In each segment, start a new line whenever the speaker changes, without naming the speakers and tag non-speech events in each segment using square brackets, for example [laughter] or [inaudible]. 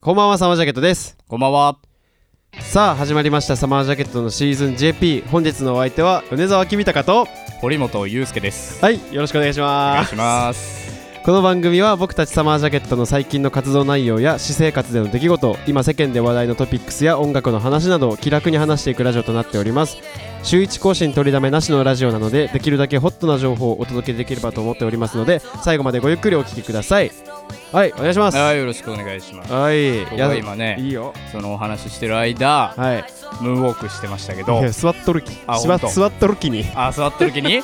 こんばんはサマージャケットです
こんばんは。
さあ始まりましたサマージャケットのシーズン JP 本日のお相手は米沢君高と
堀本裕介です。
はいよろしくお願いし
お願
ま
い
す
します。
[laughs] この番組は僕たちサマージャケットの最近の活動内容や私生活での出来事今世間で話題のトピックスや音楽の話などを気楽に話していくラジオとなっております週1更新取りだめなしのラジオなのでできるだけホットな情報をお届けできればと思っておりますので最後までごゆっくりお聞きくださいはいお願いします
は
はい
い、よろしくお願いします。
い
僕は今ね、
いいよ
そのお話ししてる間、
はい
ムーンウォークしてましたけ
い
ど
や、座っとるき
あ
座
ほんと
座っとるきに
あ、座ってる時
[laughs]
に、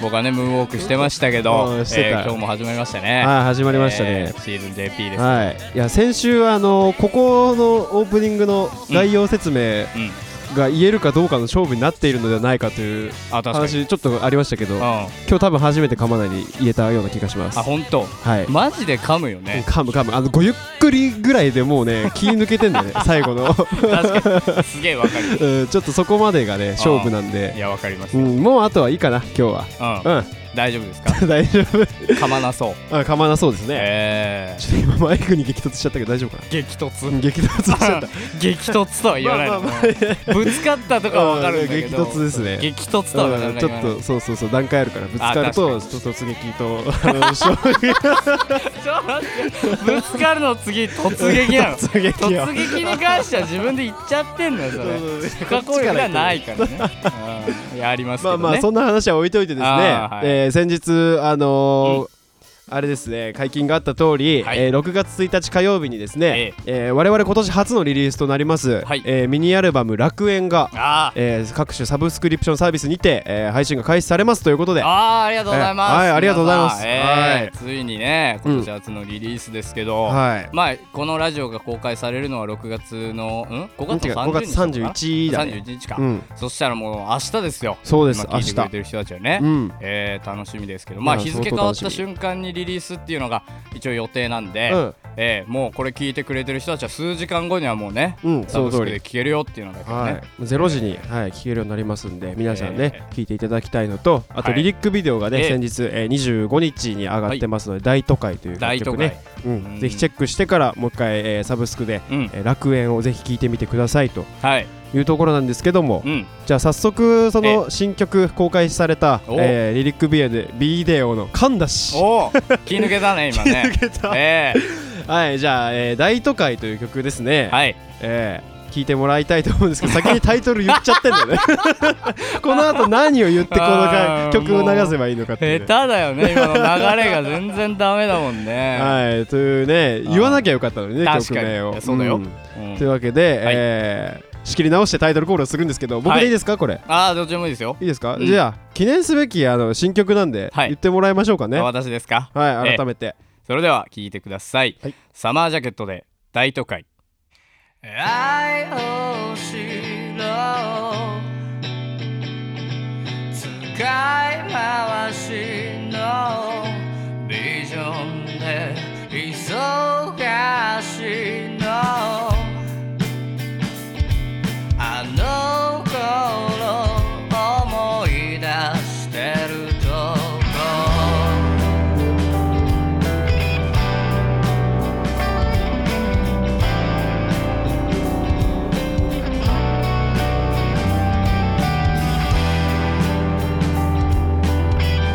僕はね、ムーンウォークしてましたけ
う
ど、
んしてた
えー今日も始まりましたね。
はい始まりました
え
ね
ーシーズン JP です。
はいいや先週はあのここのオープニングの概要説明
うん。
が言えるかどうかの勝負になっているのではないかという
あ、確かに。
話ちょっとありましたけど
うん。
今
あ、
日多分初めて噛まないで言えたような気がしますは
本当。
い
マジで噛むよね。
噛む噛むあのごゆっくりぐらいでもう
[laughs]
ね気抜けてんだね最後の
確かに。すげえわかる。
うんちょっとそこまでがね勝負なん
い
で
や、わかります
う
よ。
んもうあとはいいかな今日は
うん。
う
大丈夫です
ん [laughs]
か
大丈夫
噛まなそう。
あ噛まなそうですね
えー
ちょっと今マイクに激突しちゃったけど大丈夫か
激突
な。激突しちゃった
激突とは言わないの
まあまあ
ぶつかったとかは分かるんだけ
う
ど
ん激突ですね
激突とはなか
うん
な
ちょ
か言
っ
わない
とそうそうそう段階あるからぶつかると
あ
ちょっと突撃とあ
[laughs]
の衝撃
ちょっと待ってぶつかるの次突撃なの
突撃を
突撃に関しては自分で言っちゃってんのよそれ
そうそう
不可抗力がないからねうんいやありますけ
まあ
ど
まあ
ね
そんな話は置いといてですね、
あーはい
えー先日あのーあれですね解禁があった通り、
はい
えー6月1日火曜日にですね、えー我々今年初のリリースとなります、
はい
えーミニアルバム「楽園が」
あ
え
ー
ー各種サブスクリプションサービスにて、えー配信が開始されますということで
あーありがとうございます
はいはいありがとうございます
皆さん
はい
えーついにね今年初のリリースですけど
はい
まあこのラジオが公開されるのは6月のん5月
違う
の
5月
30日
31だね
31日か
うん
そしたらもう明日ですよ
そうです
今聞いてくれてる人たちはね、
うん
えー楽しみですけど、まあ、
いや
日
相
付変
当楽
わっ
したみ
瞬間にリリースっていうのが一応予定なんで、
うん
えーもうこれ聞いてくれてる人たちは数時間後にはもうね、
うん
サ
そ
ブ
の
ス
通
クで
り
聞けるよっていうのだけどね、
はい、0時に、はい、聞けるようになりますんで皆さんね、
え
聞いていただきたいのとあと
はい
リリックビデオがね、
ええ
先日、えー25日に上がってますので「大都会」という楽
大都
曲
会、
ね、う
うん
ん、ぜひチェックしてからもう一回、えーサブスクで、
うん
えー楽園をぜひ聴いてみてくださいと
はい、
いうところなんですけども、
うん、
じゃあ早速そ
え
の新曲公開された、
お
えーリリックビデオでビデオの噛んだし
おお気抜けた
[laughs]
ね今ね
抜けた
え
はいじゃあ、えー大都会」という曲ですね
ー、はい
えー、聞いてもらいたいと思うんですけど [laughs] 先にタイトル言っちゃってんだよ
[laughs]
ねこの後何を言ってこの
あ
か
ー
曲を流せばいいのかってい
下
うね、
手だよね今の流れが全然ダメだもんね、
[laughs] はいというね
あー
言わなきゃよかったのにね
確
曲
かに
名
い
を
やそうだよ
ん
うん
というわけで、
はい
えー仕切り直してタイトルコールをするんですけど僕
はい
でいいですか、これ
ああどっちでもいいですよ、
いいですか、
うん
じゃあ記念すべきあの新曲なんで、
はい
言ってもらいましょうかね
あ
は
私ですか
い改めて、
それでは聞いてください、
はい
サマージャケットで大都会愛を知ろう使い回しのビジョンで忙しいのあの頃思い出してるとこ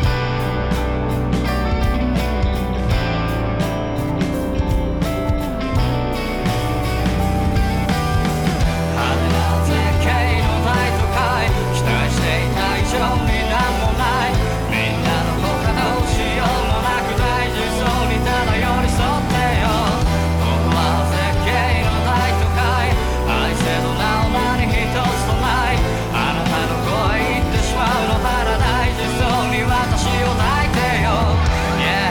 派手な絶景の大都会期待していた以上に何もないみんなの他どうしようもなく大事そうにただ寄り添ってよここは絶景の大都会愛せどなお何一つとないあなたの声言ってしまうのなら大事そうに私を抱いてよ Yeah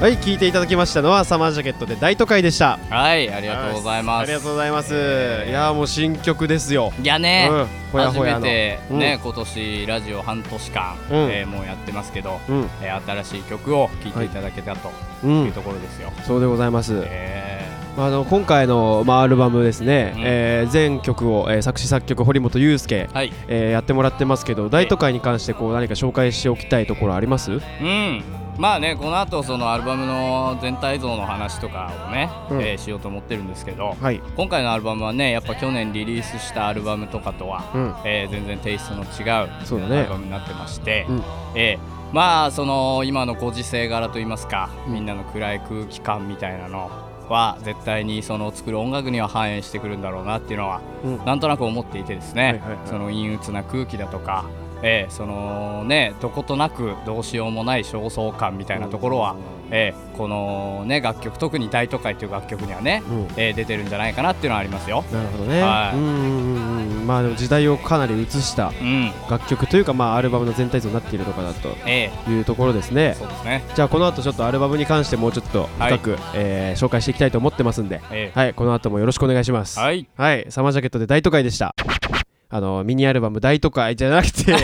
はい聞いていただきましたのはサマージャケットで大都会でした
はいあ
あ
りがとうございます
ありがとうございます、
えー
いやーもう新曲ですよ
いやね、
うんほやほやの
初めてね、
う
今年ラジオ半年間、
うん
えーもうやってますけど、
うん
えー新しい曲を聴いていただけたと
う
いうんところですよ。
そうでございます、
え
まあ、あの今回の、まあ、アルバムですね、
うん
えー全曲を、えー作詞作曲堀本裕介、
ーはい、
えーやってもらってますけど大都会に関してこう何か紹介しておきたいところあります、
うん、まあねこの後そのアルバムの全体像の話とかをね、
うん
えーしようと思ってるんですけど、
はい
今回のアルバムはねやっぱ去年リリースしたアルバムとかとは、
うん
えー全然テイストの違う
そうだね
アルバムになってまして、
うん
えーまあその今のご時世柄といいますか、みんなの暗い空気感みたいなのは絶対にその作る音楽には反映してくるんだろうなっていうのは
うん
なんとなく思っていてですね、
はいはいはい
その陰鬱な空気だとか、えーそのねどことなくどうしようもない焦燥感みたいなところは、えーこのね楽曲特に大都会という楽曲にはね、
うん
えー出てるんじゃないかなっていうのはありますよ。
なるほどね、
はい
うんうんうんうんまあでも時代をかなり映した
うん、
楽曲というかまあアルバムの全体像になっているのかなと
え
いうところですね
ーそうですね。
じゃあこの後ちょっとアルバムに関してもうちょっと深く、えー紹介していきたいと思ってますんで、
え
はいこの後もよろしくお願いします
ーはい。
はい、サマージャケットで大都会でした。あのミニアルバム大都会じゃなくて
[laughs] は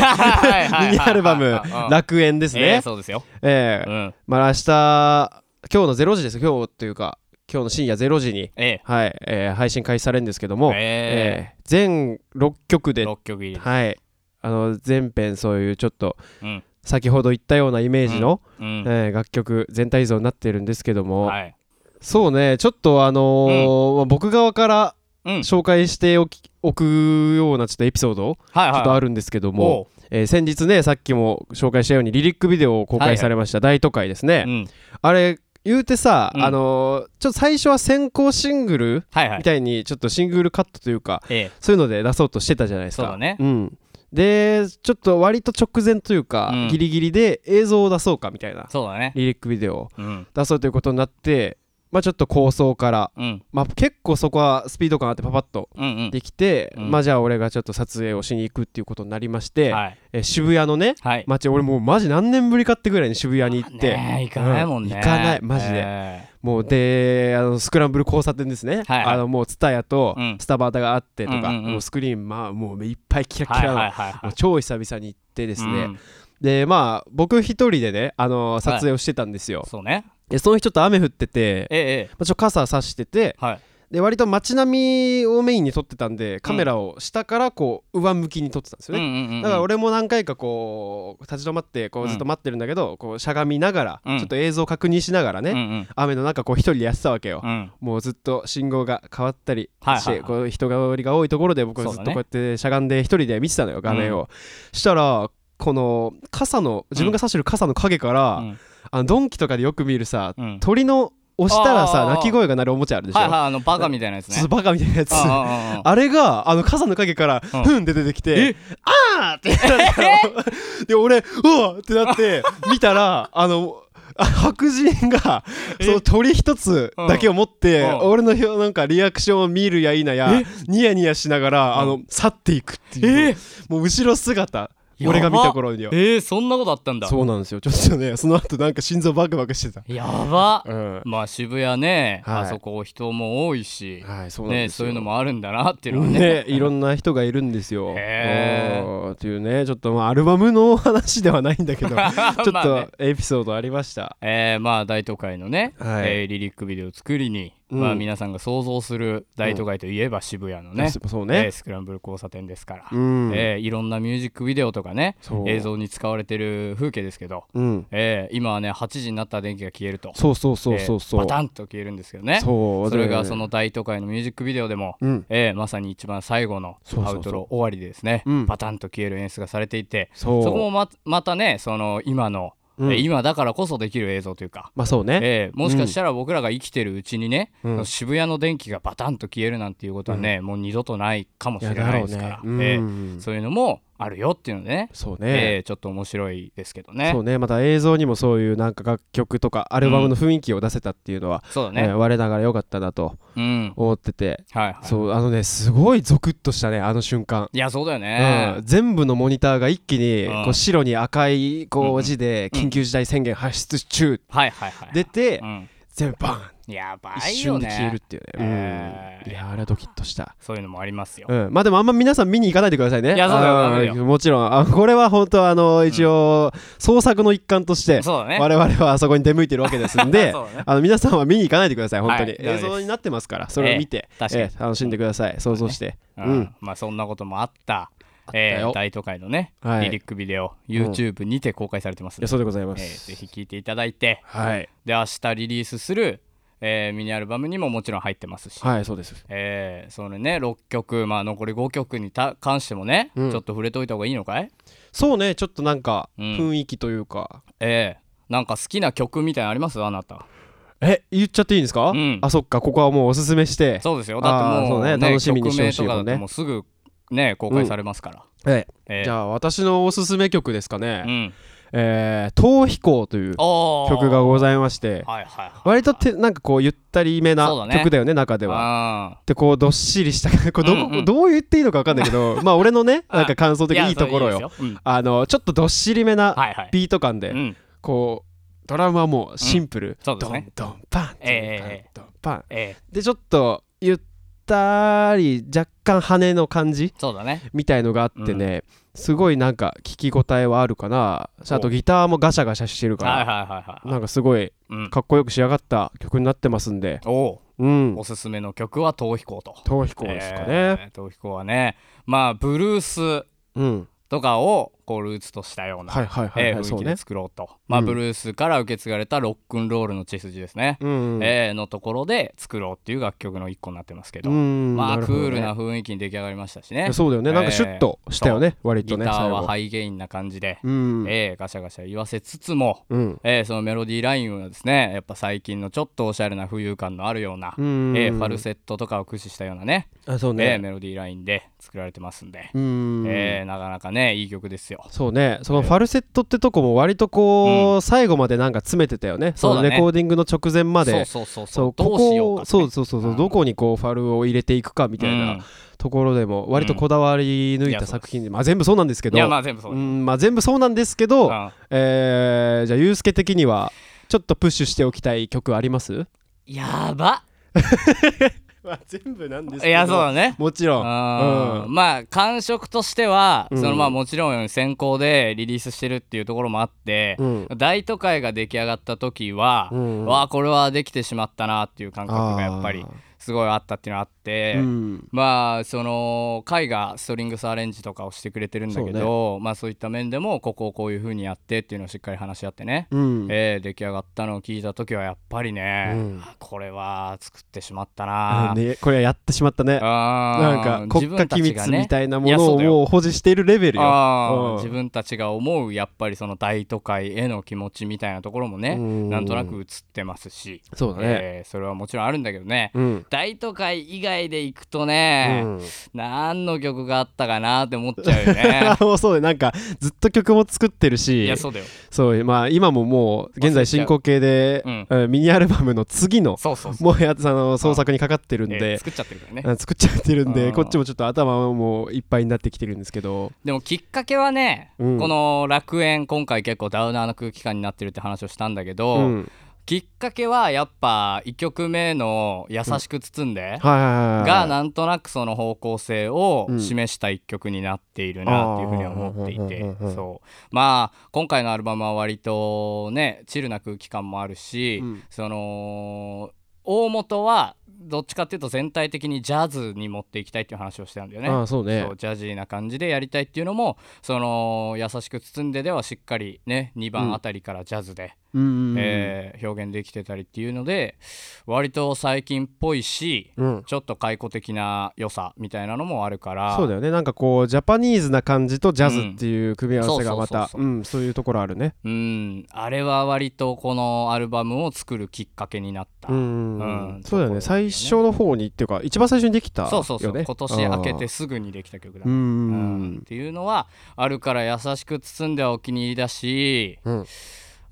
い [laughs] はいはいはい
ミニアルバム
うん
楽園です
えー
ね。
そうですよ。
え
う
え
ん。
まあ明日今日の0時です今日というか今日の深夜0時に
え
はい、えー配信開始されるんですけど
ー
も、
え
ええ全6曲
ー
で
六曲入り。
はいあの全編そういうちょっと
うん。
先ほど言ったようなイメージの、
うん。
えー楽曲全体像になってるんですけども、
はい。
そうねちょっとあのーまあ僕側から
[laughs] うん。
紹介しておきおくようなちょっとエピソードち
はい
ょっと
は
あ
い。
るんですけども、
おう
えー先日ねさっきも紹介したようにリリックビデオを公開されました、大都会ですね、
うん。
あれ言うてさ、
うん
あのーちょっと最初は先行シングル
はいは
み
い。
たいにちょっとシングルカットというか
え
そういうので出そうとしてたじゃないですか
そうだね
んでちょっと割と直前というか、
うん
ギリギリで映像を出そうかみたいな
ーそうだね。
リリックビデオを
うん。
出そうということになってまあちょっと構想から
うん。
まあ結構そこはスピード感あってパパッと
うんうん。
できて、
うん
まあじゃあ俺がちょっと撮影をしに行くっていうことになりまして、
はい。
えー渋谷のね
はい。
街俺もうマジ何年ぶりかってぐらいに渋谷に行って、
ねえ行かないもんね。
う行かないマジで、
え
もうであのスクランブル交差点ですね、
はいはい
あのもうツタヤと
うん
スタバタがあってとか、
うんうんうん
もうスクリーンまあもういっぱいキラ
ーは
キ
い
ラ
は
の、
いはいは
もう
い。
超久々に行ってですね、
うん
でまあ僕一人でねあの撮影をしてたんですよ、
そうね。
でその日ちょっと雨降ってて、
えええ
まあ、ちょっと傘差してて、
えはい。
で割と街並みをメインに撮ってたんでカメラを下からこう上向きに撮ってたんですよ
うん
ね、
うんうん。
だから俺も何回かこう立ち止まってこ
う
うんずっと待ってるんだけど、こうしゃがみながら、
うん
ちょっと映像確認しながらね、
うんうん
雨の中こう一人でやってたわけよ、
うん。
もうずっと信号が変わったりして、
はいはいはい
こう人通りが多いところで僕はずっとこうやってしゃがんで一人で見てたのよ画面を、したらこの傘の自分が差してる傘の影から、
うん
あのドンキとかでよく見るさ、
うん
鳥の押したらさ
あー
鳴き声が鳴るおもちゃあるでしょ、
はいはい、あのバカみたいなやつ
ちょっとバ
ね。
カみたいなやつ
うんうん
あ
うんうん
れがあの傘の影から
うん
ふんって出てきてあーってなったので俺うわーってなって見たらあのあ白人がその鳥一つだけを持って
うんうん
俺のひょなんかリアクションを見るや否やニヤニヤしながらあの去っていくっていうもう後ろ姿
やば
俺が見た頃には
えー、そんなことあったんだ。
そうなんですよちょっとねその後なんか心臓バクバクしてた
やば
う。ん
まあ渋谷ね、
はい
あそこ人も多いし、
はいそうなん
ね、
です
そう
よ
いうのもあるんだなっていうのはね。
ね、
[laughs]
いろんな人がいるんですよ。
へー
うんっていうねちょっとまあアルバムの話ではないんだけどちょ
[laughs] ま
っ
あね
とエピソードありました。
えー、まあ大都会のね、
はい
えーリリックビデオを作りに、
うん
まあ皆さんが想像する大都会といえば渋谷のね、
そそう
えー
ね。
スクランブル交差点ですから、
うん
えーいろんなミュージックビデオとかね
そう
映像に使われてる風景ですけど、
うん、
えー今はね8時になったら電気が消えると
そうそうそうそうそう。
えーバタンと消えるんですけどね
そう
それがその大都会のミュージックビデオでも、
うん
えーまさに一番最後の
そうそうそ
ア
う
ウトロ終わりでですね
うん
バタンと消える演出がされていて
そう
そこもままたねその今の、
うん
えー今だからこそできる映像というか、
まあそうね。
えーもしかしたら僕らが生きてるうちにね、
うん
その渋谷の電気がバタンと消えるなんていうことはね、もう二度とないかもし
いや
れ
だ
な
ろ
いうですか
ね
ら。、
うん
えーそういうのもあるよっていうのでね、
そう
え
ね。
ーちょっと面白いですけどね
そ
そう
うねまた映像にもそういうなんか楽曲とかアルバムの雰囲気を出せたっていうのは、
だね、
えー我ながら良かったなと
うん
思ってて、
はいはい
そうあのねすごいゾクッとしたねあの瞬間
いやそうだよね、
うん全部のモニターが一気に
うん
こう白に赤いこ
うんう
うん字で「緊急事態宣言発出中
はいはいはい」
出て
うん、
全部バ
やば
ーン一
いよ
瞬で
ね
消えるっていうね
え
うん
ー
いやあれはドキッとした。
そういうのもありますよ、
うん、まあでもあんま皆さん見に行かないでくださいね。
いやそうだよ
あー
ダメだよ
もちろんあこれは本当あの一応創作の一環として
そうだね
我々はあそこに出向いてるわけですんで
[laughs] そうだね
あの皆さんは見に行かないでください本当に、
はい
映像になってますからそれを見て、
ええ確かに
ええ楽しんでください想像して、
う
うん
んまあそんなこともあった、
あ
え
った
ー
よ
大都会のね、
はい
リリックビデオ YouTube にて公開されてます
い
んで
やそうでございま
え
す、
ーぜひ聴いていただいて、
はい
で明日リリースする、えーミニアルバムにももちろん入ってますし、
はいそうです
えーそのね6曲、まあ、残り5曲にた関してもね、
うん
ちょっと触れといた方がいいのかい
そうねちょっとなんか
うん
雰囲気というか、
えーなんか好きな曲みたいなのありますあなた
え言っちゃっていいんですか、
うん
あそっかここはもうおすすめして
そうですよだってもう,、
あーそうね楽しみにしてほしい
曲名
も
と
んね
かだともうすぐね公開されますから、
はい
えー
じゃあ私のおすすめ曲ですかね
う、ん、
えー、逃避行という曲
曲
がございまして
はいはいはい
割とてなんかこうゆったりめな
そうだね
曲だよね中では。
は
でこうどっしりした [laughs] こうど,、
うんうん
どう言っていいのか分かんないけ
[laughs]
どまあ俺のね
あ
なんか感想
い
的
や
にいいところよ
それいいですうん
あのちょっとどっしりめな
はいはい
ビート感で、
うん
こうドラムはもうシンプル、
そうで
ド
すね
ンドンパンドンパン、
え
ドンパン
え
でちょっとゆったり若干羽の感じ
ーそうだね
みたいのがあってね、すごいなんか聞き応えはあるかなあとギターもガシャガシャしてるか
はいはい
ら
はいは
ないんかすごい
うん
かっこよく仕上がった曲になってますんで
お
うん
おおすすめの曲は逃避行と
逃避行ですかね、
えー逃避行はねまあブルース
うん
とかをこうルーツとしたような
はいはいはい
え
はい
ー雰
そ
囲
う
気
ね
で作ろうとまあ
うん
ブルースから受け継がれたロックンロールの血筋ですね
うん
えーのところで作ろうっていう楽曲の一個になってますけ
う
ど
ん
まあクールな
るほ
雰囲気に出来上がりましたし
ど
ね
ねそうだよねなんかシュッとしたよね割
ギ
と
タ
ね
ー
最
は
後
ハイゲインな感じで
うん
えーガシャガシャ言わせつつも
うん
えーそのメロディーラインはですねやっぱ最近のちょっとおしゃれな浮遊感のあるような、
うん
えーファルセットとかを駆使したようなね
あそう
えー
ね
メロディーラインで作られてますんで、
うん
えーなかなかねいい曲ですよ。
そうねそのファルセットってとこも割とこう、最後までなんか詰めてたよね
そうだね
のレコーディングの直前まで
そうそうそう
そ
そうう
こ
どうしよう
こ
か
そうそうそうそう、
うん
どこにこうファルを入れていくかみ
み
たいなところでも割とこだわり抜いた作品で、まあ全部そうなんですけど
いやまあ全部そう
う
だよ、
んまあ全部そうなんですけど、
うん
えーじゃあユースケ的にはちょっとプッシュしておきたい曲あります、
やば
まあ、全部なんです
いやそうだね
もちろん
うん
うん
まあ感触としては、
うん
そのまあもちろん先行でリリースしてるっていうところもあって、
うん
大都会が出来上がった時は、
うん
わあこれはできてしまったなっていう感覚がやっぱりすごいあったっていうのがあって、
うん
まあその海がストリングスアレンジとかをしてくれてるんだけどまあそういった面でもここをこういう風にやってっていうのをしっかり話し合ってね、
うん
えー出来上がったのを聞いた時はやっぱりね、
うん
あこれは作ってしまった
あ
な、
のねこれはやってしまったね
あ
なん
ー
か国家機
自分た
密
ちがね
みたいなも
いや
の
そ
を
うだよ
もう保持しているレベルよ。
あー
うん
自分たちが思うやっぱりその大都会への気持ちみたいなところもね
うん
なんとなく映ってますし、
そうだね。
えーそれはもちろんあるんだけどね、
うん。
大都会以外で行くとね、
うん [laughs]
何の曲があったかなって思っちゃうよ
[laughs]
ね。
もうそうでなんかずっと曲も作ってる
い
し
やそうだよ。
そうまあ今ももう現在進行形で
忘れち
うんミニアルバムの次の
そうそうそう。
もうやつあの創作にかかってるん
えー
で
作っちゃってるからね。
あ作っちゃってるん
う
で
ん
こっちもちょっと頭もいっぱいになってきてるんですけど
でもきっかけはね、
うん
この楽園今回結構ダウナーの空気感になってるって話をしたんだけど、
うん
きっかけはやっぱ1曲目の「優しく包んで」
はいはいはいはい
がなんとなくその方向性を
うん
示した一曲になっているなっていうふうには思ってい
あー
て
うんうんうん
そうまあ今回のアルバムは割とねチルな空気感もあるし、
うん
その大元はどっちかっていうと全体的にジャズに持っていきたいっていう話をしてたんだよね。
あーそうね
そうジャジーな感じでやりたいっていうのもその優しく包んでではしっかりね2番あたりからジャズで、
うんうん
えー表現できてたりっていうので割と最近っぽいし、
うん
ちょっと解雇的な良さみたいなのもあるから
そうだよねなんかこうジャパニーズな感じとジャズっていう組み合わせがま
う
た
んそうそうそう
うんそういうところあるね
うんあれは割とこのアルバムを作るきっかけになった、
うん
うん
そうだよね
ところだよ
最
ね
初の方にっていうか一番最初にできたよね
そうそうそう、今年明けて
あー
すぐにできた曲だ、
うん
うんっていうのはあるから優しく包んではお気に入りだし
うん
「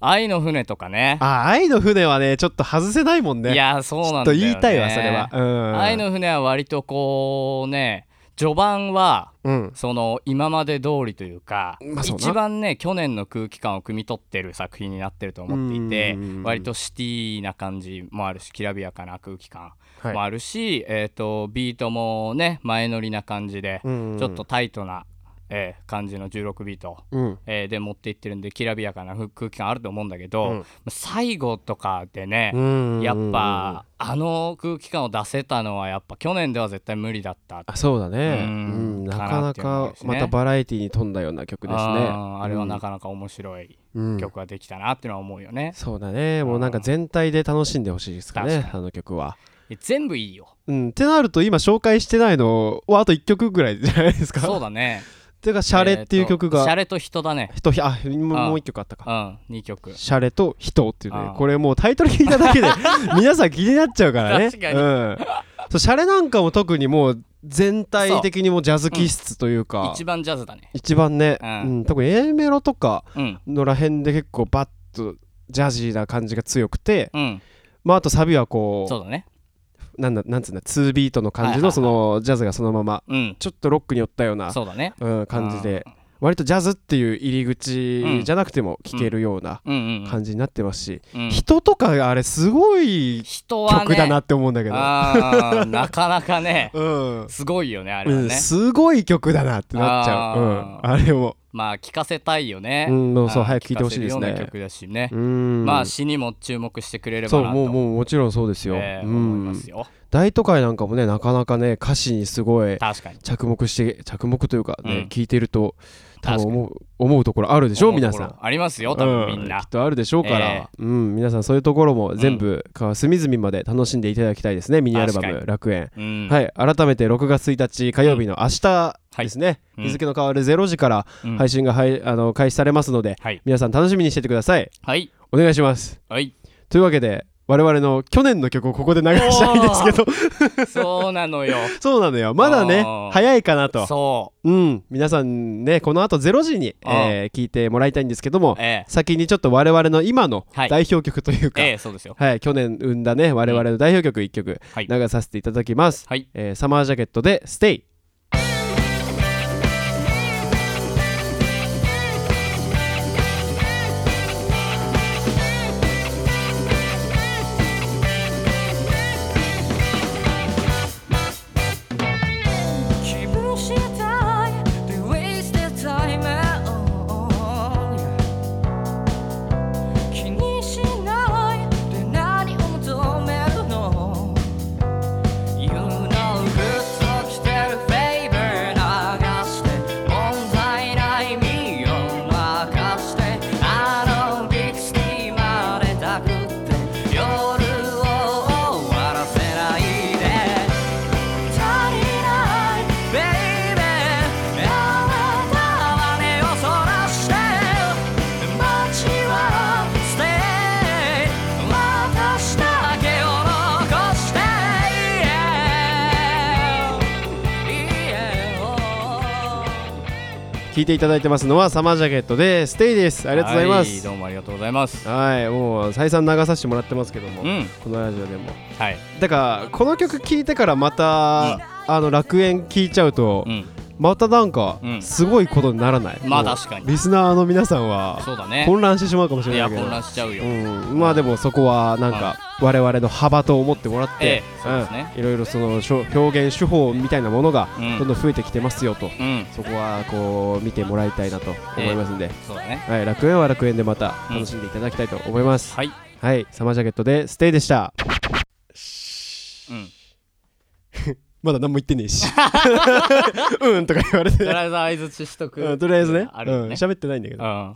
愛の船」とかね
あ愛の船はねちょっと外せないもんね
いやそうなんだ
と
よ、ね、
言いたいわそれは、うん、
愛の船は割とこうね序盤は
うん
その今まで通りというか、
まあそうな
一番ね去年の空気感を汲み取ってる作品になってると思っていて
うん
割とシティな感じもあるしきらびやかな空気感
はい
もあるし、えー、とビートもね前乗りな感じで、
うん
ちょっとタイトなえー感じの16ビート、
うん
えーで持っていってるんできらびやかなふ空気感あると思うんだけど、
うん
最後とかでね、
うん
やっぱあの空気感を出せたのはやっぱ去年では絶対無理だった
あそうだね、
う
うんん、な
か
か
なっ
な
ていうのがある
か
しね
またバラエティに富んだような曲ですね
あーあれはな
か、
かなか面白い
うん
曲ができたなっていうのは思うよね、
そうだねもうなんか全体で楽しんでほしいですか
確
ね
か
あの曲は。
え全部いいよ
うん、ってなると今紹介してないのはあと1曲ぐらいじゃないですか。
そうだね
てか「 [laughs] シャレ」っていう曲
えーとシャ
が、
レと人だね
人ひあもう
あー
もう1曲あったか。
うん2曲
シャレと人っていう
あ
ね
ー
これもうタイトル聞いただ
[laughs]
けで皆さん気になっちゃうからね
確かに
うん、そうシャレなんかも特にもう全体的にもうジャズ気質というか、
一番ジャズだね
一番ね、
う
うんん特に A メロとか
うん
のらへんで結構バッとジャジーな感じが強くて、
うん
まあ、あとサビはこ
そうだね
うなんだなんつうんだ2ビートの感じ
はいはいはい
のそのジャズがそのまま
うん
ちょっとロックに寄ったような
そうだね
うん、感じで割とジャズっていう入り口じゃなくても聴けるような
うんうん
感じになってますし、
うん、
人とかがあれすごい
人はね
曲だなって思うんだけど、
あーなかなかね
うん
すごいよねあれ
う
は
ん、
ね、
すごい曲だなってなっちゃう
あ
あ,、うん、あれも、
まあ聞かせたいよね、
うん、もうそう
あー
早く聴いてほしいです
聞かせるような
ね
曲だしね、
うん
まあ詩にも注目してくれれば
そう
なと
もうもうもちろんそうですよ、
えー
う
思いま
ん
す、よ
大都会なんかもねなかなかね歌詞にすごい
確かに
着目して着目というかね、
うん
聞いてると多
確か
分
に
思う思うところあるでしょ
思うと
皆
ころ
さん
ありますよ多分みん
う
な
きっ、とあるでしょうから、
え
うん、皆さんそういうところも全部か隅々まで楽しんでいただきたいですね、ミニアルバ
確か
ム「楽園」
うん
はい改めて6月1日火曜日の明日ですね、
うん
日付の変わる0時から
うん
配信が、はい、あの開始されますので
はい
皆さん楽しみにしててください
はい
お願いします
はい
というわけで我々の去年の曲をここで流したいんですけど
そうなのよ
そうなのよまだね
おー
早いかな [laughs] と
そ
うん皆さんねこの後0時に、えー聞いてもらいたいんですけども
うえ
先にちょっと我々の今の
はい
代表曲という
ー、
か、
えー、そうですよ
はい、去年生んだね我々の代表曲1曲
はい
流させていただきます、
はい
えーサマージャケットで「ステイ
気分次第で wasted time 気にしないで何を求めるの
You know グッときてるフェイブ流して問題ない身を任してあのビクスにまでたくって夜を終わらせないで足りない Baby あなたは目をそらして街は Stay 私だけを残して Yeah」
聴いていただいてますのはサマージャケットで「ステイですあ
あ
りがとうございます
どうもありがとうございます
はいもう再三流させてもらってますけども、
うん
このラジオでも
はい
だからこの曲聴いてからまた、あの楽園聴いちゃうと、
うん
またなんか
うん
すごいことにならない、
まあ
もう
確かに
リスナーの皆さんは
そうだね
混乱してしまうかもし
い
れな
や
いけど
混乱しちゃうよ
うん、まあでもそこはなんか我々の幅と思ってもらっ
ええ
て、
そうですね
うんいろいろそのしょ表現手法みたいなものが
うん
どんどん増えてきてますよと、
うん
そこはこう見てもらいたいなと思いますんで、
そうだね
はい、楽園は楽園でまた楽しんでいただきたいと思います、
はい
はいサマージャケットでステイでした
うん
まだ何も言ってねえ
[laughs]
しうんとか言われて
とりあえず相づちしと
[laughs]
く
うんとりあえずね
あるよ
うん
ね
喋ってないんだけど
うん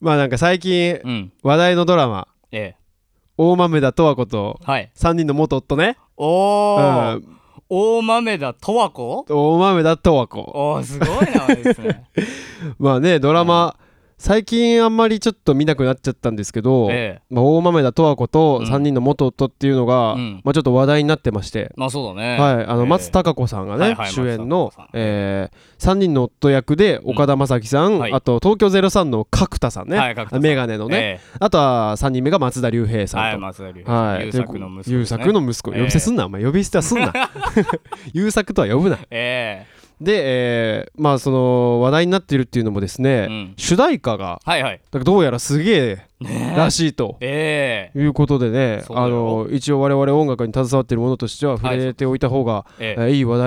まあなんか最近
うん
話題のドラマ
ええ
大豆田とわ子と
はい
3人の元夫ね、う
おー、
ん、
大豆田十和子
大豆田とわ子
おーすごい名前です
[laughs]
ね
まあねドラマ、最近あんまりちょっと見なくなっちゃったんですけど、
ええ
まあ、大豆田十和子と
うん
3人の元夫っていうのが、
うん
まあ、ちょっと話題になってまして、
まあそうだね
はい、あの松
田
たか子さんがね、
はいはい
主演の
松たか子さん、
えー3人の夫役で岡田将生さん、
はい
あと東京03の角田さんね、
はい角田さん
メガネのね、
ね、え
あとは3人目が松田龍平
え
さ
はい
んと。
松田龍
は、
はい優作の息子、ね、
優作の息子
ええ
呼び捨てすんな、お前呼び捨てはすんな [laughs] 優作とは呼ぶな
え
で、えーまあその話題になっているっていうのもですね、
うん
主題歌が
えはいはい
だからどうやらすげえらしいと。
ええ
いうことでね、
そうだよ
あの一応我々音楽に携わっているものとしては触れておいた方が、
え
えーいい話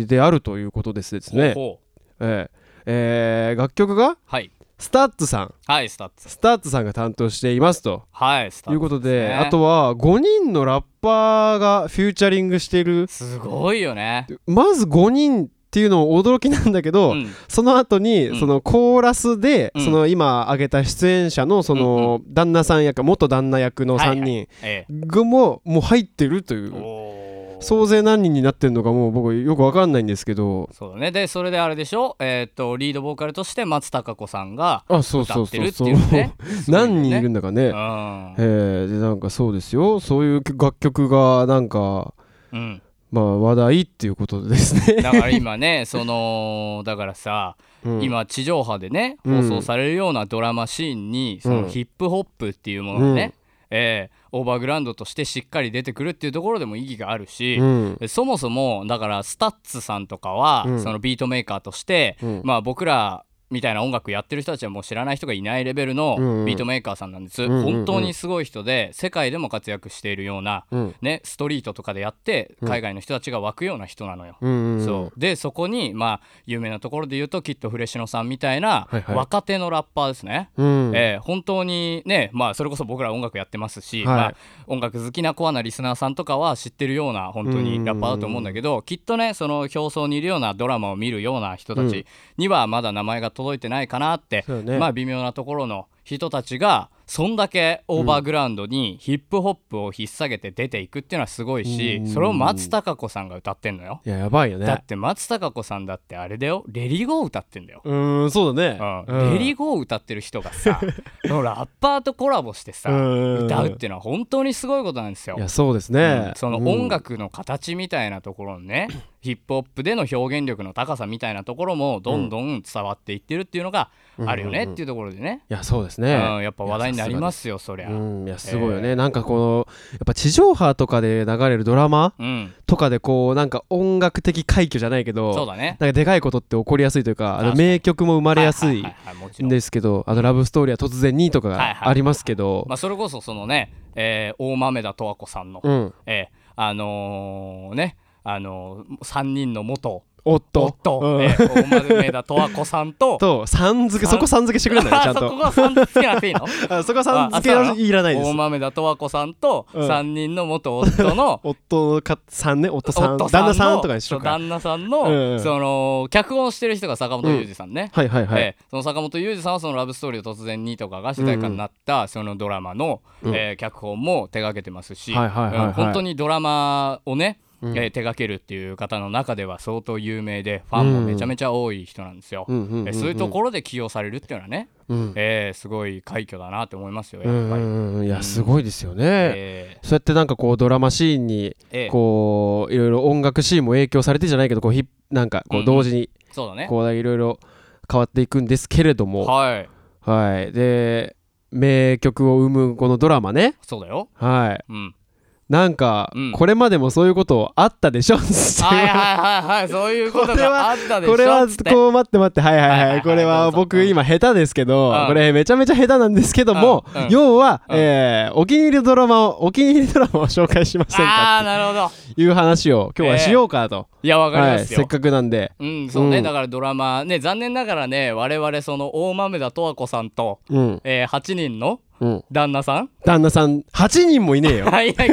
題であるということですです
え
ね。
ほうほ
えええー楽曲が
はい
スタッツさん
はいスタッツ
スタッツさんが担当していますと
はいスタッ
い
ツ
うことで
ね
あとは5人のラッパーがフューチャリングしている
すごいよね
まず5人っていうのも驚きなんだけど、
うん
その後に、
うん
そのコーラスで、
うん
その今挙げた出演者のその旦那さん役元旦那役の3人
え
がももう入ってるとい
え
う
おー
総勢何人になってるのかもう僕よく分かんないんですけど
そうだねでそれであれでしょえーっとリードボーカルとして松たか子さんが
あそう
歌
そう
って
そう
るって
そう、
いうね
何人いるんだかね
う、ん
えーでなんかそうですよそういう楽曲がなんか
うん
まあ話題っていうことですね、
[laughs] だから今ねそのだからさ
うん
今地上波でね
う
放
ん
送されるようなドラマシーンにそうの
ん
ヒップホップっていうものがねえーオーバーグラウンドとしてしっかり出てくるっていうところでも意義があるし
うん
そもそもだからスタッツさんとかは、
うん
そのビートメーカーとして、
うん
まあ僕らみたいな音楽やってる人たちはもう知らない人がいないレベルの
うんうん
ビートメーカーさんなんです、
うんうんうん
本当にすごい人で世界でも活躍しているような、
うん
ね、ストリートとかでやって
うん
海外の人たちが湧くような人なのよ。
うんうん
そうでそこにまあ有名なところで言うときっとフレシノさんみたい
は
な
いはい
若手のラッパーですね。
うん
えー本当にね、まあ、それこそ僕ら音楽やってますし、
はい
まあ、音楽好きなコアなリスナーさんとかは知ってるような本当にラッパーだと思うんだけどきっとねその表層にいるようなドラマを見るような人たちにはまだ名前が届いてないかなって、
そうね
まあ、微妙なところの人たちがそんだけオーバーグラウンドにヒップホップを引っ提げて出ていくっていうのはすごいし、
うん
それを松たか子さんが歌ってんのよ。
いややばいよ
だ
ね
って松たか子さんだってあれだよレリゴー歌ってんだよ。
うーんそうだね
うんレリゴー歌ってる人が
[laughs]
さそのラッパーとコラボしてさ
うん
歌うっていうのは本当にすごいことなんですよ
い。やそうです
う
ね
ん、その音楽の形みたいなところのね、ヒップホップでの表現力の高さみたいなところもどんどん伝わっていってるっていうのがあるよねっていうところでね、
いやそうです
う
ね、
んやっぱ話題になりますすよそりゃ。
う
うん
んいやすごいよね、なんかこのやっぱ地上波とかで流れるドラマとかでこうなんか音楽的快挙じゃないけど
そうだね
なんかでかいことって起こりやすいというかあの
確かに
名曲も生まれやす
はいははいはいもちろ
ん
ん
ですけどあのラブストーリーは突然にとか
はいはいはい
がありますけど
まあ、それこそそのね、えー大豆田十和子さんの、
うん
えーあのーねあのー、3人の元
おっと
おっと、
うん
えー、大豆田十和子さん
[laughs]
と
とさん付けそこさん付けしてくれない
[laughs] あ
ちゃん
そことがさん付けなくていいの
あ [laughs] そこはさん付け
ああそうなの
はいらないで
大
す
豆田十和子さんと
うん
三人の元夫の
[laughs] 夫かさんね夫さん
夫
旦
の
那さんとかにしよう
そう
か
旦那さん
うんう
の
ん
その脚本をしてる人が坂本裕二さんね、
はいはいはい
えーその坂本裕二さんはその「ラブストーリーを突然に」とかが主題歌になったそのドラマの、
うん
えー脚本も手掛けてますし、
はいはいはいはい
うん本当にドラマをね、
うん
えー手掛けるっていう方の中では相当有名でファンもめちゃめちゃ多い人なんですよ。
うんうんん
え
ん
ーそういうところで起用されるっていうのはね、
うん
えーすごい快挙だなって思いますよや
う
っ
ん
ぱ
う
り。
んうんいうや
ん
すごいですよね
え
そうやってなんかこうドラマシーンに
ーえー
こういろいろ音楽シーンも影響されてじゃないけどこうヒップなんか
う
こ
んう
うん同時に
そうだね
こういろいろ変わっていくんですけれども
はい
はいで名曲を生むこのドラマね
そうだよ。
はい [laughs]
うん、
なんか
うん
これまでもそういうことあったでしょ [laughs]
はいはいはいはいそういうことがあったでしょ
これは
つって
こう待って待ってはい
は
は
いはい
い
は
はいいこれ
ど
は
うぞ
僕今下手ですけど
うん
これめちゃめちゃ下手なんですけども
うんうん
要は
うん
えーお気に入りのドラマをお気に入りのドラマを紹介しません
あ
か
あなるほど
という話を今日はしようかと
いやわかり
は
ま
い
すよ、
せっかくなんで
うんそうね、
うん
だからドラマね残念ながらね我々その大豆田十和子さんと、
うん
えー、8人の
うん
旦那さん
旦那さん8人もいねえよ
あいない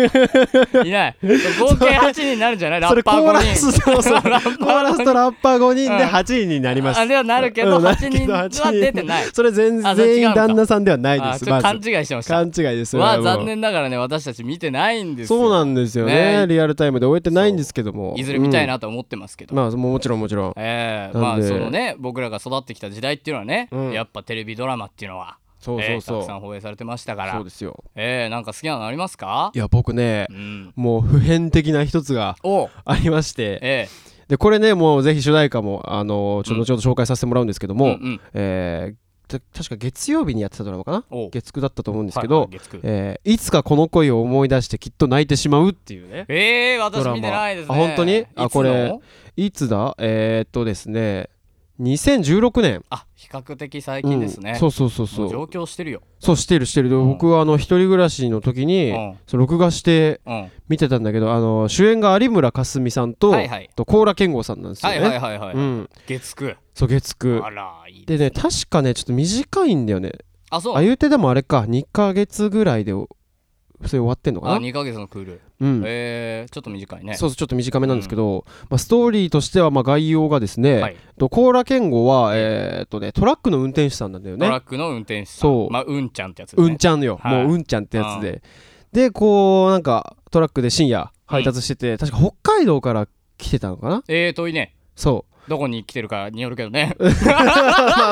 いない合計8人になるんじゃないラ
そ
ッ
れコ
パー
ーラ
5人
スそうそうコ
[laughs]
ーラスとラッパー5人で
うん
8人になります
あではなるけど、
うんなる
8
け
人
ど
は出てない
それ全
あそれ違
全
うん
員
だ
旦那さんではない
あ
で
ー
す
ちょっと
ま
勘
ず
違いしてました
勘違いです
は
もう
残念ながらね私たち見てないんですよ
そうなんですよ
ね
ねリアルタイムで終えてないんですけども
いずれ見たい
な
なと思ってますけど、
まあもちろんもちろん
ええま
な
あ
んで
そのね僕らが育ってきた時代っていうのはね、
うん
やっぱテレビドラマっていうのは
そう
え
そ
え
うそ
た
う
くさん放映されてましたから
そうですよ
ええなんか好きなのありますか
いや僕ね
うん
もう普遍的な一つが
おう
ありまして
ええ
でこれねもうぜひ主題歌もあのちょっと後ほど紹介させてもらうんですけども
んん
えーた確か月曜日にやってたドラマかな
おう
月9だったと思うんですけ
はい
ど
はい、月九
えーいつかこの恋を思い出してきっと泣いてしまうっていうね
ええ
ド
私
ラマ
見てないですね
あ本当にあ
いつの
これいつだえー、っとですね2016年
あ比較的最近ですね、
うんそうそうそうそ
も
う
上京してるよ
そうしてるしてるで
ん
僕はあの一人暮らしの時に、
うん
その録画して
うんはい
見てたんだけどあの主演が有村架純さんと、
はいはい
と高良健吾さんなんですよ
は
ね、
いはいはい、
うん、
月9
そう月9
あら、いい
でね確かねちょっと短いんだよね
あ、そう。
あ言うてでもあれか2ヶ月ぐらいでおそれ終わってんの
あ、
かな
2ヶ月のクール。
うん
えー、ちょっと短いね。
そうそうちょっと短めなんですけど、まあ、ストーリーとしてはまあ概要がですね、
はい
と高良健吾は、えーっとね、トラックの運転手さんなんだよ
ト
ね
ラックの運転手さん。
そう
まあ、うんちゃんってやつです
う
ね。
んちゃんよ、
はい
もううんちゃんってやつででこうなんかトラックで深夜配達してて、確か北海道から来てたのかな
えー、遠いね。
そう
どこに来てるかによるけどね。
ま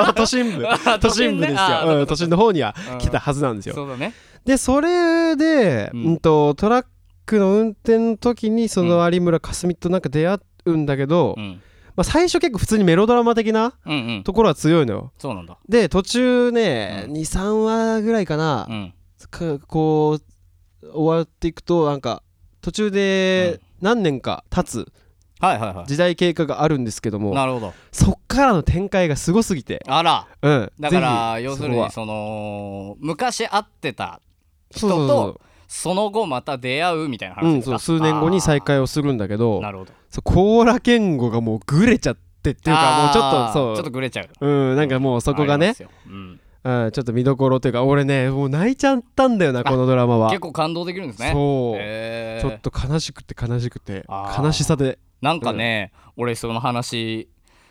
あ [laughs] 都心
[laughs]
部都心部ですよ
都心ねあー
うん都心の方には
うん
来たはずなんですよ
そうだね。
でそれで、う
うんん
とトラックの運転の時にその有村架純となんか出会うんだけど、
うん。
まあ、最初結構普通にメロドラマ的な
うんうん。
ところは強いのよ
そうなんだ。
で途中ね、
うん
23話ぐらいかな
う、ん。
かこう終わっていくとなんか途中で何年か経つ
はいはいは
時代経過があるんですけど
い。
も
なるほど。
そっからの展開がすごすぎて、
あら。
うん、
だか
ぜ
ら
ひ
要する
そこ
に
は
その昔会ってた
そう
人
そう
とその後また出会うみたいな
そうう
話で
ん
す
そ
か、
う数年後に再会をするんだけ
あー
ど
なるほどっ
そう甲羅健吾がもうぐれちゃってっていうかもうちょっとそう
ちょっとグレちゃう
うん、なんかもうそこが
ありま
ね、
すようん
うん、ちょっと見どころというか俺ねもう泣いちゃったんだよなこのドラマは
結構感動できるんですね
そう、
へー
ちょっと悲しくて悲しくて
あー
悲しさで
なんかね、俺その話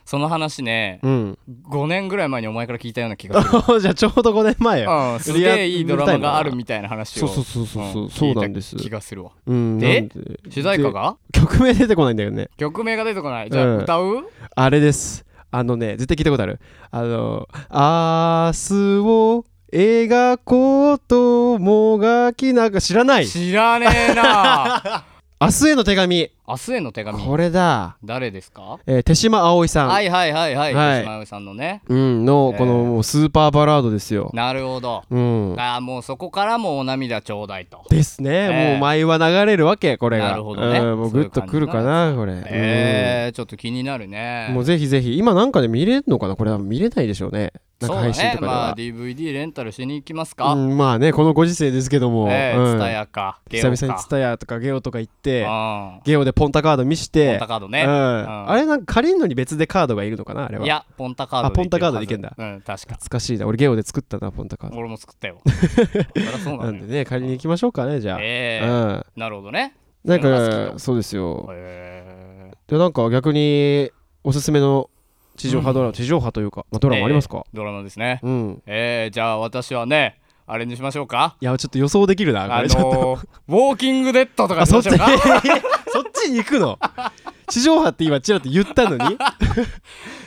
その話ね、
うん
5年ぐらい前にお前から聞いたような気がす
[laughs] じゃあちょ [laughs] うど5年前よ、
る、うん、すげえいいドラマがあるみたいな話
そ
を
うそうそうそうそう、
ん
そうなんです
聞いた気がするわ
うん
で
なんで
主題歌が
曲名出てこないんだよね
曲名が出てこないじゃあ
うん
歌う、
あれですあのね絶対聞いたことあるあの「明日を描こうともがきなんか知らない
知らね
[laughs]
えな
明日への手紙
明日への手紙
これだ、
誰ですか
えー手島葵さん、
はいはいはいはい
はい
手島さんのね
うん、の
えー
このもうスーパーバラードですよ。
なるほど
うん、
ああもうそこからもお涙ちょうだいと
ですね、
えー
もう舞は流れるわけこれが。
なるほどね
うんもうグッとくるかなこれ。
えー、ちょっと気になる
う
ね
んもうぜひぜひ今なんかで見れるのかなこれは見れないでしょうね。なん
そ
か
うだ
配信
ね
とかで
まあ
は。
DVD レンタルしに行きますか、
うんまあねこのご時世ですけども、
ええ
うん
ツタヤかゲ
久
オか
々にツタヤとかゲオとか行って
うん
ゲオでポンタカード見して
ポンタカードね
うん
うん
あれなんか借りるのに別でカードがいるのかなあれはい
やポンタカード
あポンタカードでい
いけ
けん
るは
だ
ずうん確か
懐かしいな俺ゲオで作ったなポンタカード
俺も作っ
[laughs]
たよそりゃそう
な
なんん
で
だよ
ね借りに行きましょうかねじゃあ、
ええ
うん
なるほどね
なん
そういうのが好き
か
と
そうですよ
えー
でなんか逆におすすめの地上波ドラマ、地上波というか、まあ、ドラマありますか、
ドラマですね
うん
えー、じゃあ私はねあれにしましょうか
いやちょっと予想できるなこ
あ
れちょっと、
のー、ウォーキングデッドとか
あ
にし
[laughs] そっ
ま
ち
しょうか
そっちに行くの地上波って今ちらっと言ったのに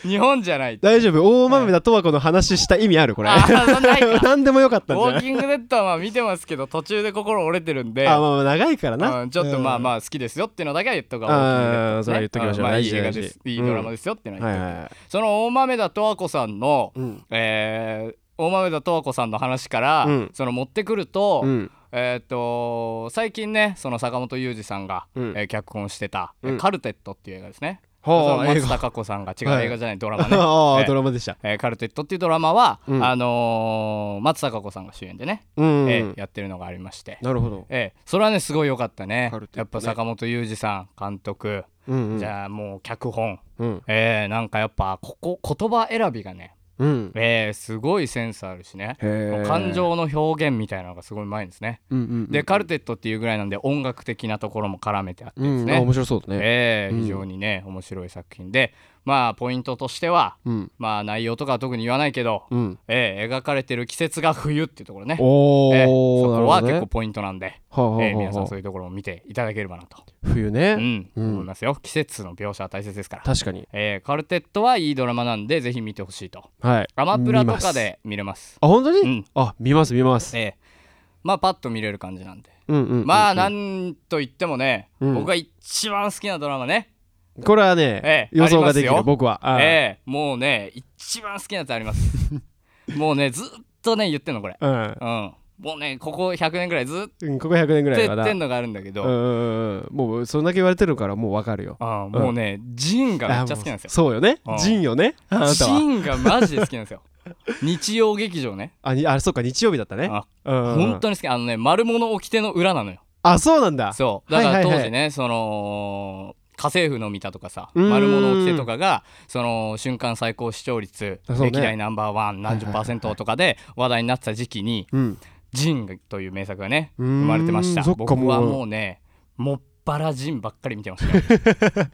日本じゃない
大丈夫大豆田とはこの話した意味あるこれ
あーそんないか
[laughs] 何でもよかっ
ウ
たんじゃ
ォ
な
ー
い
キングデッドはまあ見てますけど途中で心折れてるんで
あまあまあ長いからな、
うんちょっとまあ
あ
まあ好きですよっていうのだけは言っとく
あー
わ
それは言っときましょう
あ
大
いい
事
映画です
大事
いいドラマですよっていうのは
は
言
い
っとく
はいはい
その大豆田十和子さんの、
うん
えー大豆田十和子さんの話から、
うん
その持ってくると、
うん
えーっと最近ねその坂本雄二さんが、
うん
えー脚本してた、えー
うん
カルテット」っていう映画ですね。そ
は
の
あ映
松
画
たか子さんが違う、
はい
映画じゃないドラマね。
[laughs] あ
え
あ
ー
ドラマでした
えーカルテットっていうドラマは、
うん
あのー松たか子さんが主演でね、
うん、
えーやってるのがありまして、
なるほど、
えーそれはねすごい良かったね
カルテットね
やっぱ坂本雄二さん監督、
うんうん、
じゃあもう脚本、
うん
えーなんかやっぱここ言葉選びがね、
うん
えーすごいセンスあるしね
へー
感情の表現みたいなのがすごいうまいんですね。
うんうんうん
でカルテットっていうぐらいなんで音楽的なところも絡めてあって
う
です
んあ
ね、
面白そうだね、
えー
うん
非常にね面白い作品でまあポイントとしては
うん
まあ内容とかは特に言わないけど、
うん
えー描かれてる季節が冬っていうところね、
おー、
えーそこは
な
結
る
構ポイントなんで、
ほどねはあはあはあ
えー皆さんそういうところも見ていただければなと、
冬
う
ね、
ん
うん
思いますよ季節の描写は大切ですから、
確かに
えーカルテットはいいドラマなんでぜひ見てほしいと
はい
アマプラと
見ま
か
す
で見れます
あ本当に、
うん
あ見ます見ます、
ええまあパッと見れる感じなんで
うんうんうんうん
まあなんといってもね、
うん
僕が一番好きなドラマね、
これはね、
ええ
予想ができ
あります
る
よ
僕は、あ
ええもうね一番好きなやつあ
[laughs]
りますもうねずっとね言ってんのこれ
う
うんもうねここ100年ぐらいずっと
んここ100年ぐらい
言
は
っ
な
てんのがあるんだけど、
うんうんうんもうそんだけ言われてるからもうわかるよ
ああもうね、ジンがめっちゃ好きなんです
あ
よ
もうそうよね
うん
ジンよねあなた
ジ
は
ンがマジで好きなん
[laughs]
ですよ日曜劇場ね
あにあそうか日曜日だったね
あ
うんうんうん
本当に好きあのね丸物掟の裏なのよ
あそうなんだ
そうだから
はい
当
はいはい
時ね、その家政婦の見たとかさ
うん
丸物を着てとかがその瞬間最高視聴率、
あそうね
歴代ナンバーワン何十パーセントとかで話題になってた時期に
うん
「ジン」という名作がね
う
生
ーん
まれてました
そっか
僕は
もう
もうねもっぱらジンばっかり見てましたよ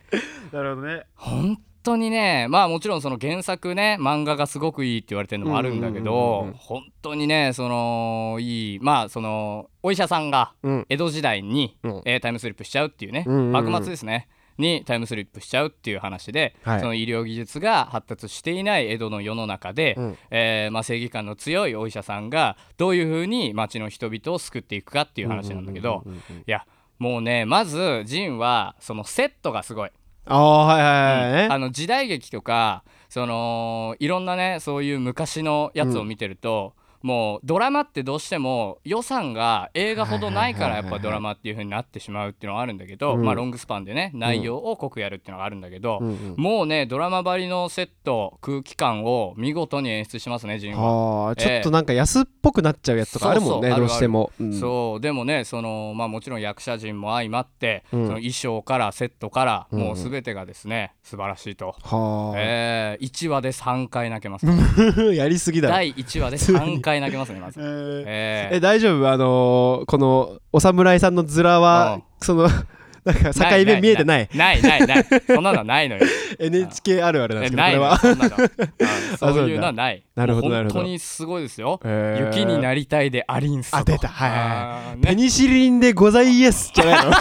なるほどね
本当にねまあもちろんその原作ね漫画がすごくいいって言われてるのもあるん
うんうん
だけ
うんうん
ど本当にねそのいいまあそのお医者さんが
うん
江戸時代に、
うん
えータイムスリップしちゃうっていうね、
うんうんうん
幕末ですねにタイムスリップしちゃうっていう話で、
はい
その医療技術が発達していない江戸の世の中で、
うん
えーまあ、正義感の強いお医者さんがどういうふうに町の人々を救っていくかっていう話なんだけど、
うんうんうんうんうん
いやもうねまずジンはそのセットがすごい。
ああはいはいはい
あ
ね
の時代劇とかそのいろんなねそういう昔のやつを見てると、もうドラマってどうしても予算が映画ほどないから
はい
や
はい
っ
はいは
ぱ
い
ドラマっていう風になってしまうっていうのはあるんだけど、
うん
まあ、ロングスパンでね内容を濃くやるっていうのがあるんだけど、
うんうん
もうねドラマばりのセット空気感を見事に演出しますねジンは。
はあ
ええ
ちょっとなんか安っぽくなっちゃうやつとかあるもんね
そうそうあるあ
ど
る
うしても
そうでもねその、まあ、もちろん役者陣も相まって、
うん
その衣装からセットから、
うんうん
もう全てがですね素晴らしいと、
はあ
えー、1話で3回泣けます
[laughs] やりすぎだろ
第1話で3回投げます
[laughs]
ね、まず。え
え大丈夫あのーこのお侍さんの面はその [laughs] なんか境目見えてない
ないないな
[laughs]
い。ないそんなのはないのよ。
NHK あるあるなんで
え
すけどこ
ない
れ
のよ
は
そ
[laughs]
んなの。うんそういうのはない。
なるほど
もう
なるほど
本当にすごいですよ。
へー
雪になりたいでありんすと。
あ出たはいはい
あー
ペ
ね
ニシリンでございますじゃ
[laughs]
ないの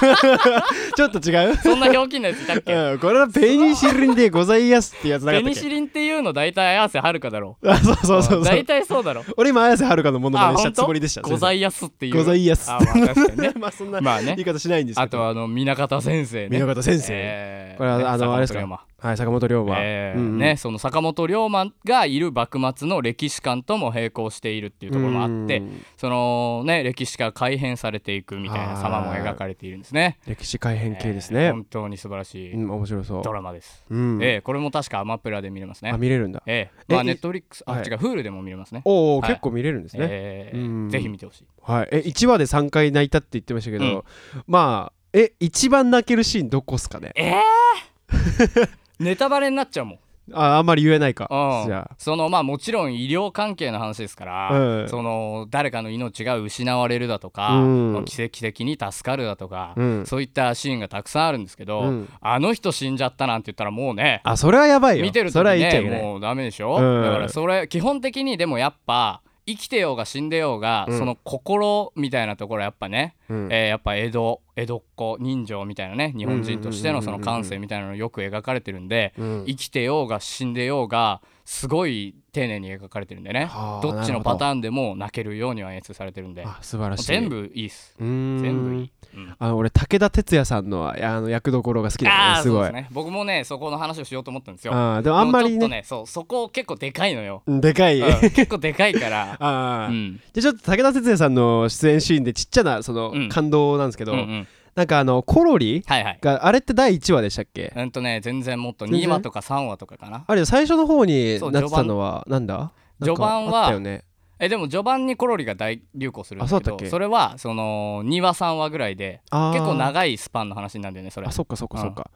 ちょっと違う
そんなひょうきんなやついたっけ
うん、これはペニシリンでございますってやつなかっ
ペ
たっ
ニ
け
シリンっていうの大体綾瀬はるかだろ。
あそうそうそうそう
大体そうだろ。
俺今綾瀬はるかのものまねしたつもりでした
ござ
い
いやすっていう。
ございやす
あまあ確かにね
[laughs] まあそんな
まあ
言
ね
い。方しないんですけど
あとはあの、南方先生ね。
南方先生
えー
これはあの
坂本
あれです
龍馬
かはい坂本龍馬
えー
うんうん
ね、その坂本龍馬がいる幕末の歴史観とも並行しているっていうところもあって
うん
その、ね、歴史が改変されていくみたいな様も描かれているんですね。
歴史改変系です
えー
ね
本当に素晴らし
う
い
ん面白そう
ドラマです。
うん
えーこれも確かアマプラで見れますね
あ。見れるんだ
えーまあ、
え
ネットフリックス、あ、
はい
違う、フールでも見れますね。
おお
はい
結構見れるんですね
え
うん
ー、ぜひ見てほしい。
はいえ1話で3回泣いたって言ってましたけどまあえ一番泣けるシーンどこっすかね
えー、ネタバレになっちゃうもん。
ああんまり言えないか
うん
じゃあ
そのまあもちろん医療関係の話ですから、
うん
その誰かの命が失われるだとか、
うん
奇跡的に助かるだとか、
うん
そういったシーンがたくさんあるんですけど、
うん
あの人死んじゃったなんて言ったらもうね
あそれはやばいよ
見てる
そ
と
れは言っちゃ
ね
いけない
もうダメでしょ、
うん
だからそれ基本的にでもやっぱ生きてようが死んでようが、
うん
その心みたいなところやっぱね、
うん
えーやっぱ江戸江戸っ子人情みたいなね日本人としてのその感性みたいなのよく描かれてるんで、
うん
生きてようが死んでようがすごい丁寧に描かれてるんでね
はあ
どっち
なる
の
ほど
パターンでも泣けるようには演出されてるんで
あ素晴らしい
全部いいっす全
全
部いい、うん
あの俺武田鉄矢さんのああの役どころが好きだ
あ
ね
あ
す
そう
ご
で
い
すね僕もねそこの話をしようと思ったんですよ
あーでもあんまり
でもちょっと
ね
ねそうそこ結構でかいのよ、
うんでかい
う
あ
ん結構でかいから、う
[laughs] あ
ん
でちょっと武田鉄矢さんの出演シーンでちっちゃなその
うん
感動なんですけ
う
ど
んうん、
なんかあのコロリ
はいはい
があれって第1話でしたっけ
うんとね全然もっと
全然
2話とか3話とかかな
あれ最初の方に
そう
なってたのはなんだなんか
序盤
あ
は
ったよね
えでも序盤にコロリが大流行するん
あ
だ
そう
け
だった
ど
っ
そ
け
れはその2話3話ぐらいで
あー
結構長いスパンの話になるんだよねそれ
あそっかそっかそっか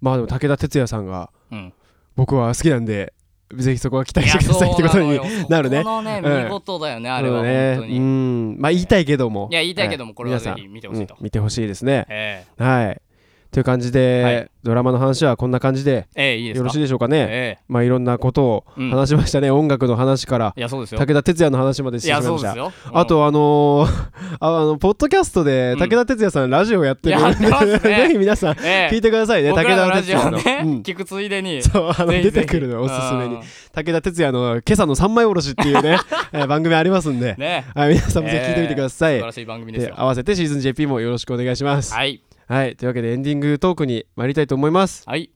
まあでも武田鉄矢さんが
うん
僕は好きなんでぜひそこは期 [laughs] 待
い
し
[laughs] や
てくださいってことに
そうのよ
なるね
このね、
うん
見事だよね、あ
あ
れは本当に。
う
い
んまあ言いたいけども
や、言いたいけども、これはぜ
皆
ひ
さん
見てほしいと
うん。見てほしいですね
え
はいという感じで、
はい
ドラマの話はこんな感じで
えええいいです
よ
か
ろしいでしょうかね、
え
まあいろんなことを
うん
話しましたね、音楽の話から
えいや、そうですよ。
武田鉄矢の話までし
い
てしまい
や、
ま
そう
し
で
た
すよ。うん
あ、とあのー [laughs] ああのポッドキャストで
うん
武田鉄矢さんラジオやってる、
やってますね
[laughs] ぜひ皆さん
え
聞い
え
てくださいね、
僕
武
ら
田
のラ
鉄
ジ
矢
オ
の、
ね、
うん
聞くついでに。
そう [laughs] あの
ぜひ
出
ぜ
て
ひ
くるのおすすめに
うん
武田鉄矢の今朝の三枚おろしっていう
[laughs]
ね、えー番組ありますんで、
ね、
はい、皆さんもぜひ聞いてみてください、
素晴らしい番組です
で
よ。
合わせてシーズン JP もよろしくお願いしますはい、
はい、
というわけでエンディングトークに参りたいと思います
はい、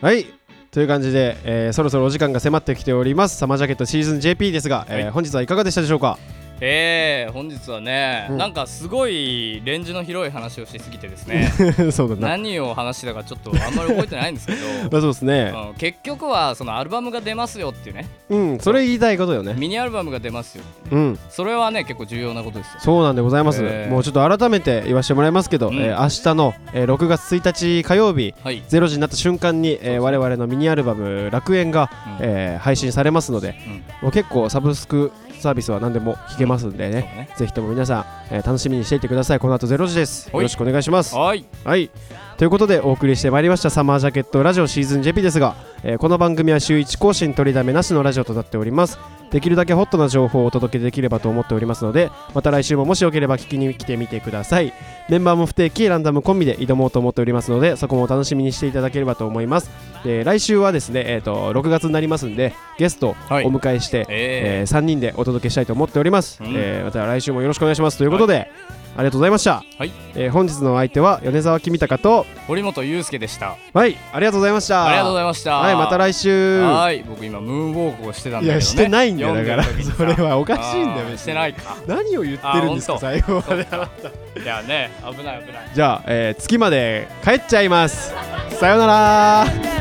はいという感じで、えーそろそろお時間が迫ってきておりますサマージャケットシーズン JP ですが、えー
はい
本日はいかがでしたでしょうか [laughs]
いえー、本日はね、
うん
なんかすごいレンジの広い話をしすぎてですね
そう [laughs] だな
何を話してたかちょっとあんまり覚えてないんですけ
[laughs] まあそうですね
ど、うん、結局はそのアルバムが出ますよっていうね
うんそれ言いたいことよね
ミニアルバムが出ますよってね
うん
それはね結構重要なことですよ
そうなんでございます、
えー
もうちょっと改めて言わせてもらいますけど、
うん
えー明日の、えー6月1日火曜日
はい
0時になった瞬間に、えー我々のミニアルバム「楽園が」
うん
えー配信されますので、もう結構サブスクサービスは何でも聞けますんでね、
そうね
ぜひとも皆さん、えー楽しみにしていてくださいこの後0時です
はい
よろしくお願いします
はい
はいということでお送りしてまいりました「サマージャケットラジオシーズン JP」ですが、えーこの番組は週1更新取りだめなしのラジオとなっておりますできるだけホットな情報をお届けできればと思っておりますのでまた来週ももしよければ聞きに来てみてくださいメンバーも不定期ランダムコンビで挑もうと思っておりますのでそこもお楽しみにしていただければと思いますで来週はですね、えー、と6月になりますんでゲストをお
はい
迎えして、え
え
3人でお届けしたいと思っております、
うん
えーまた来週もよろしくお願いしますということで、ありがとうございました、
はい
えー本日のお相手は米沢君高と
ー、堀本裕介でした
はいありがとうございました
ありがとうございました
はいまた来週
はい僕今ムーンウォークをしてたんだけ
い
ど、ね、
やしてないんだよだ
読
から
でる時にさ
それはおかしいんだよ
あー
別に
してない
[laughs]
か
何を言ってるんです
あ
か
本
最
当
後まで
いやね危ない危ない
じゃあ、えー月まで帰っちゃいますさようなら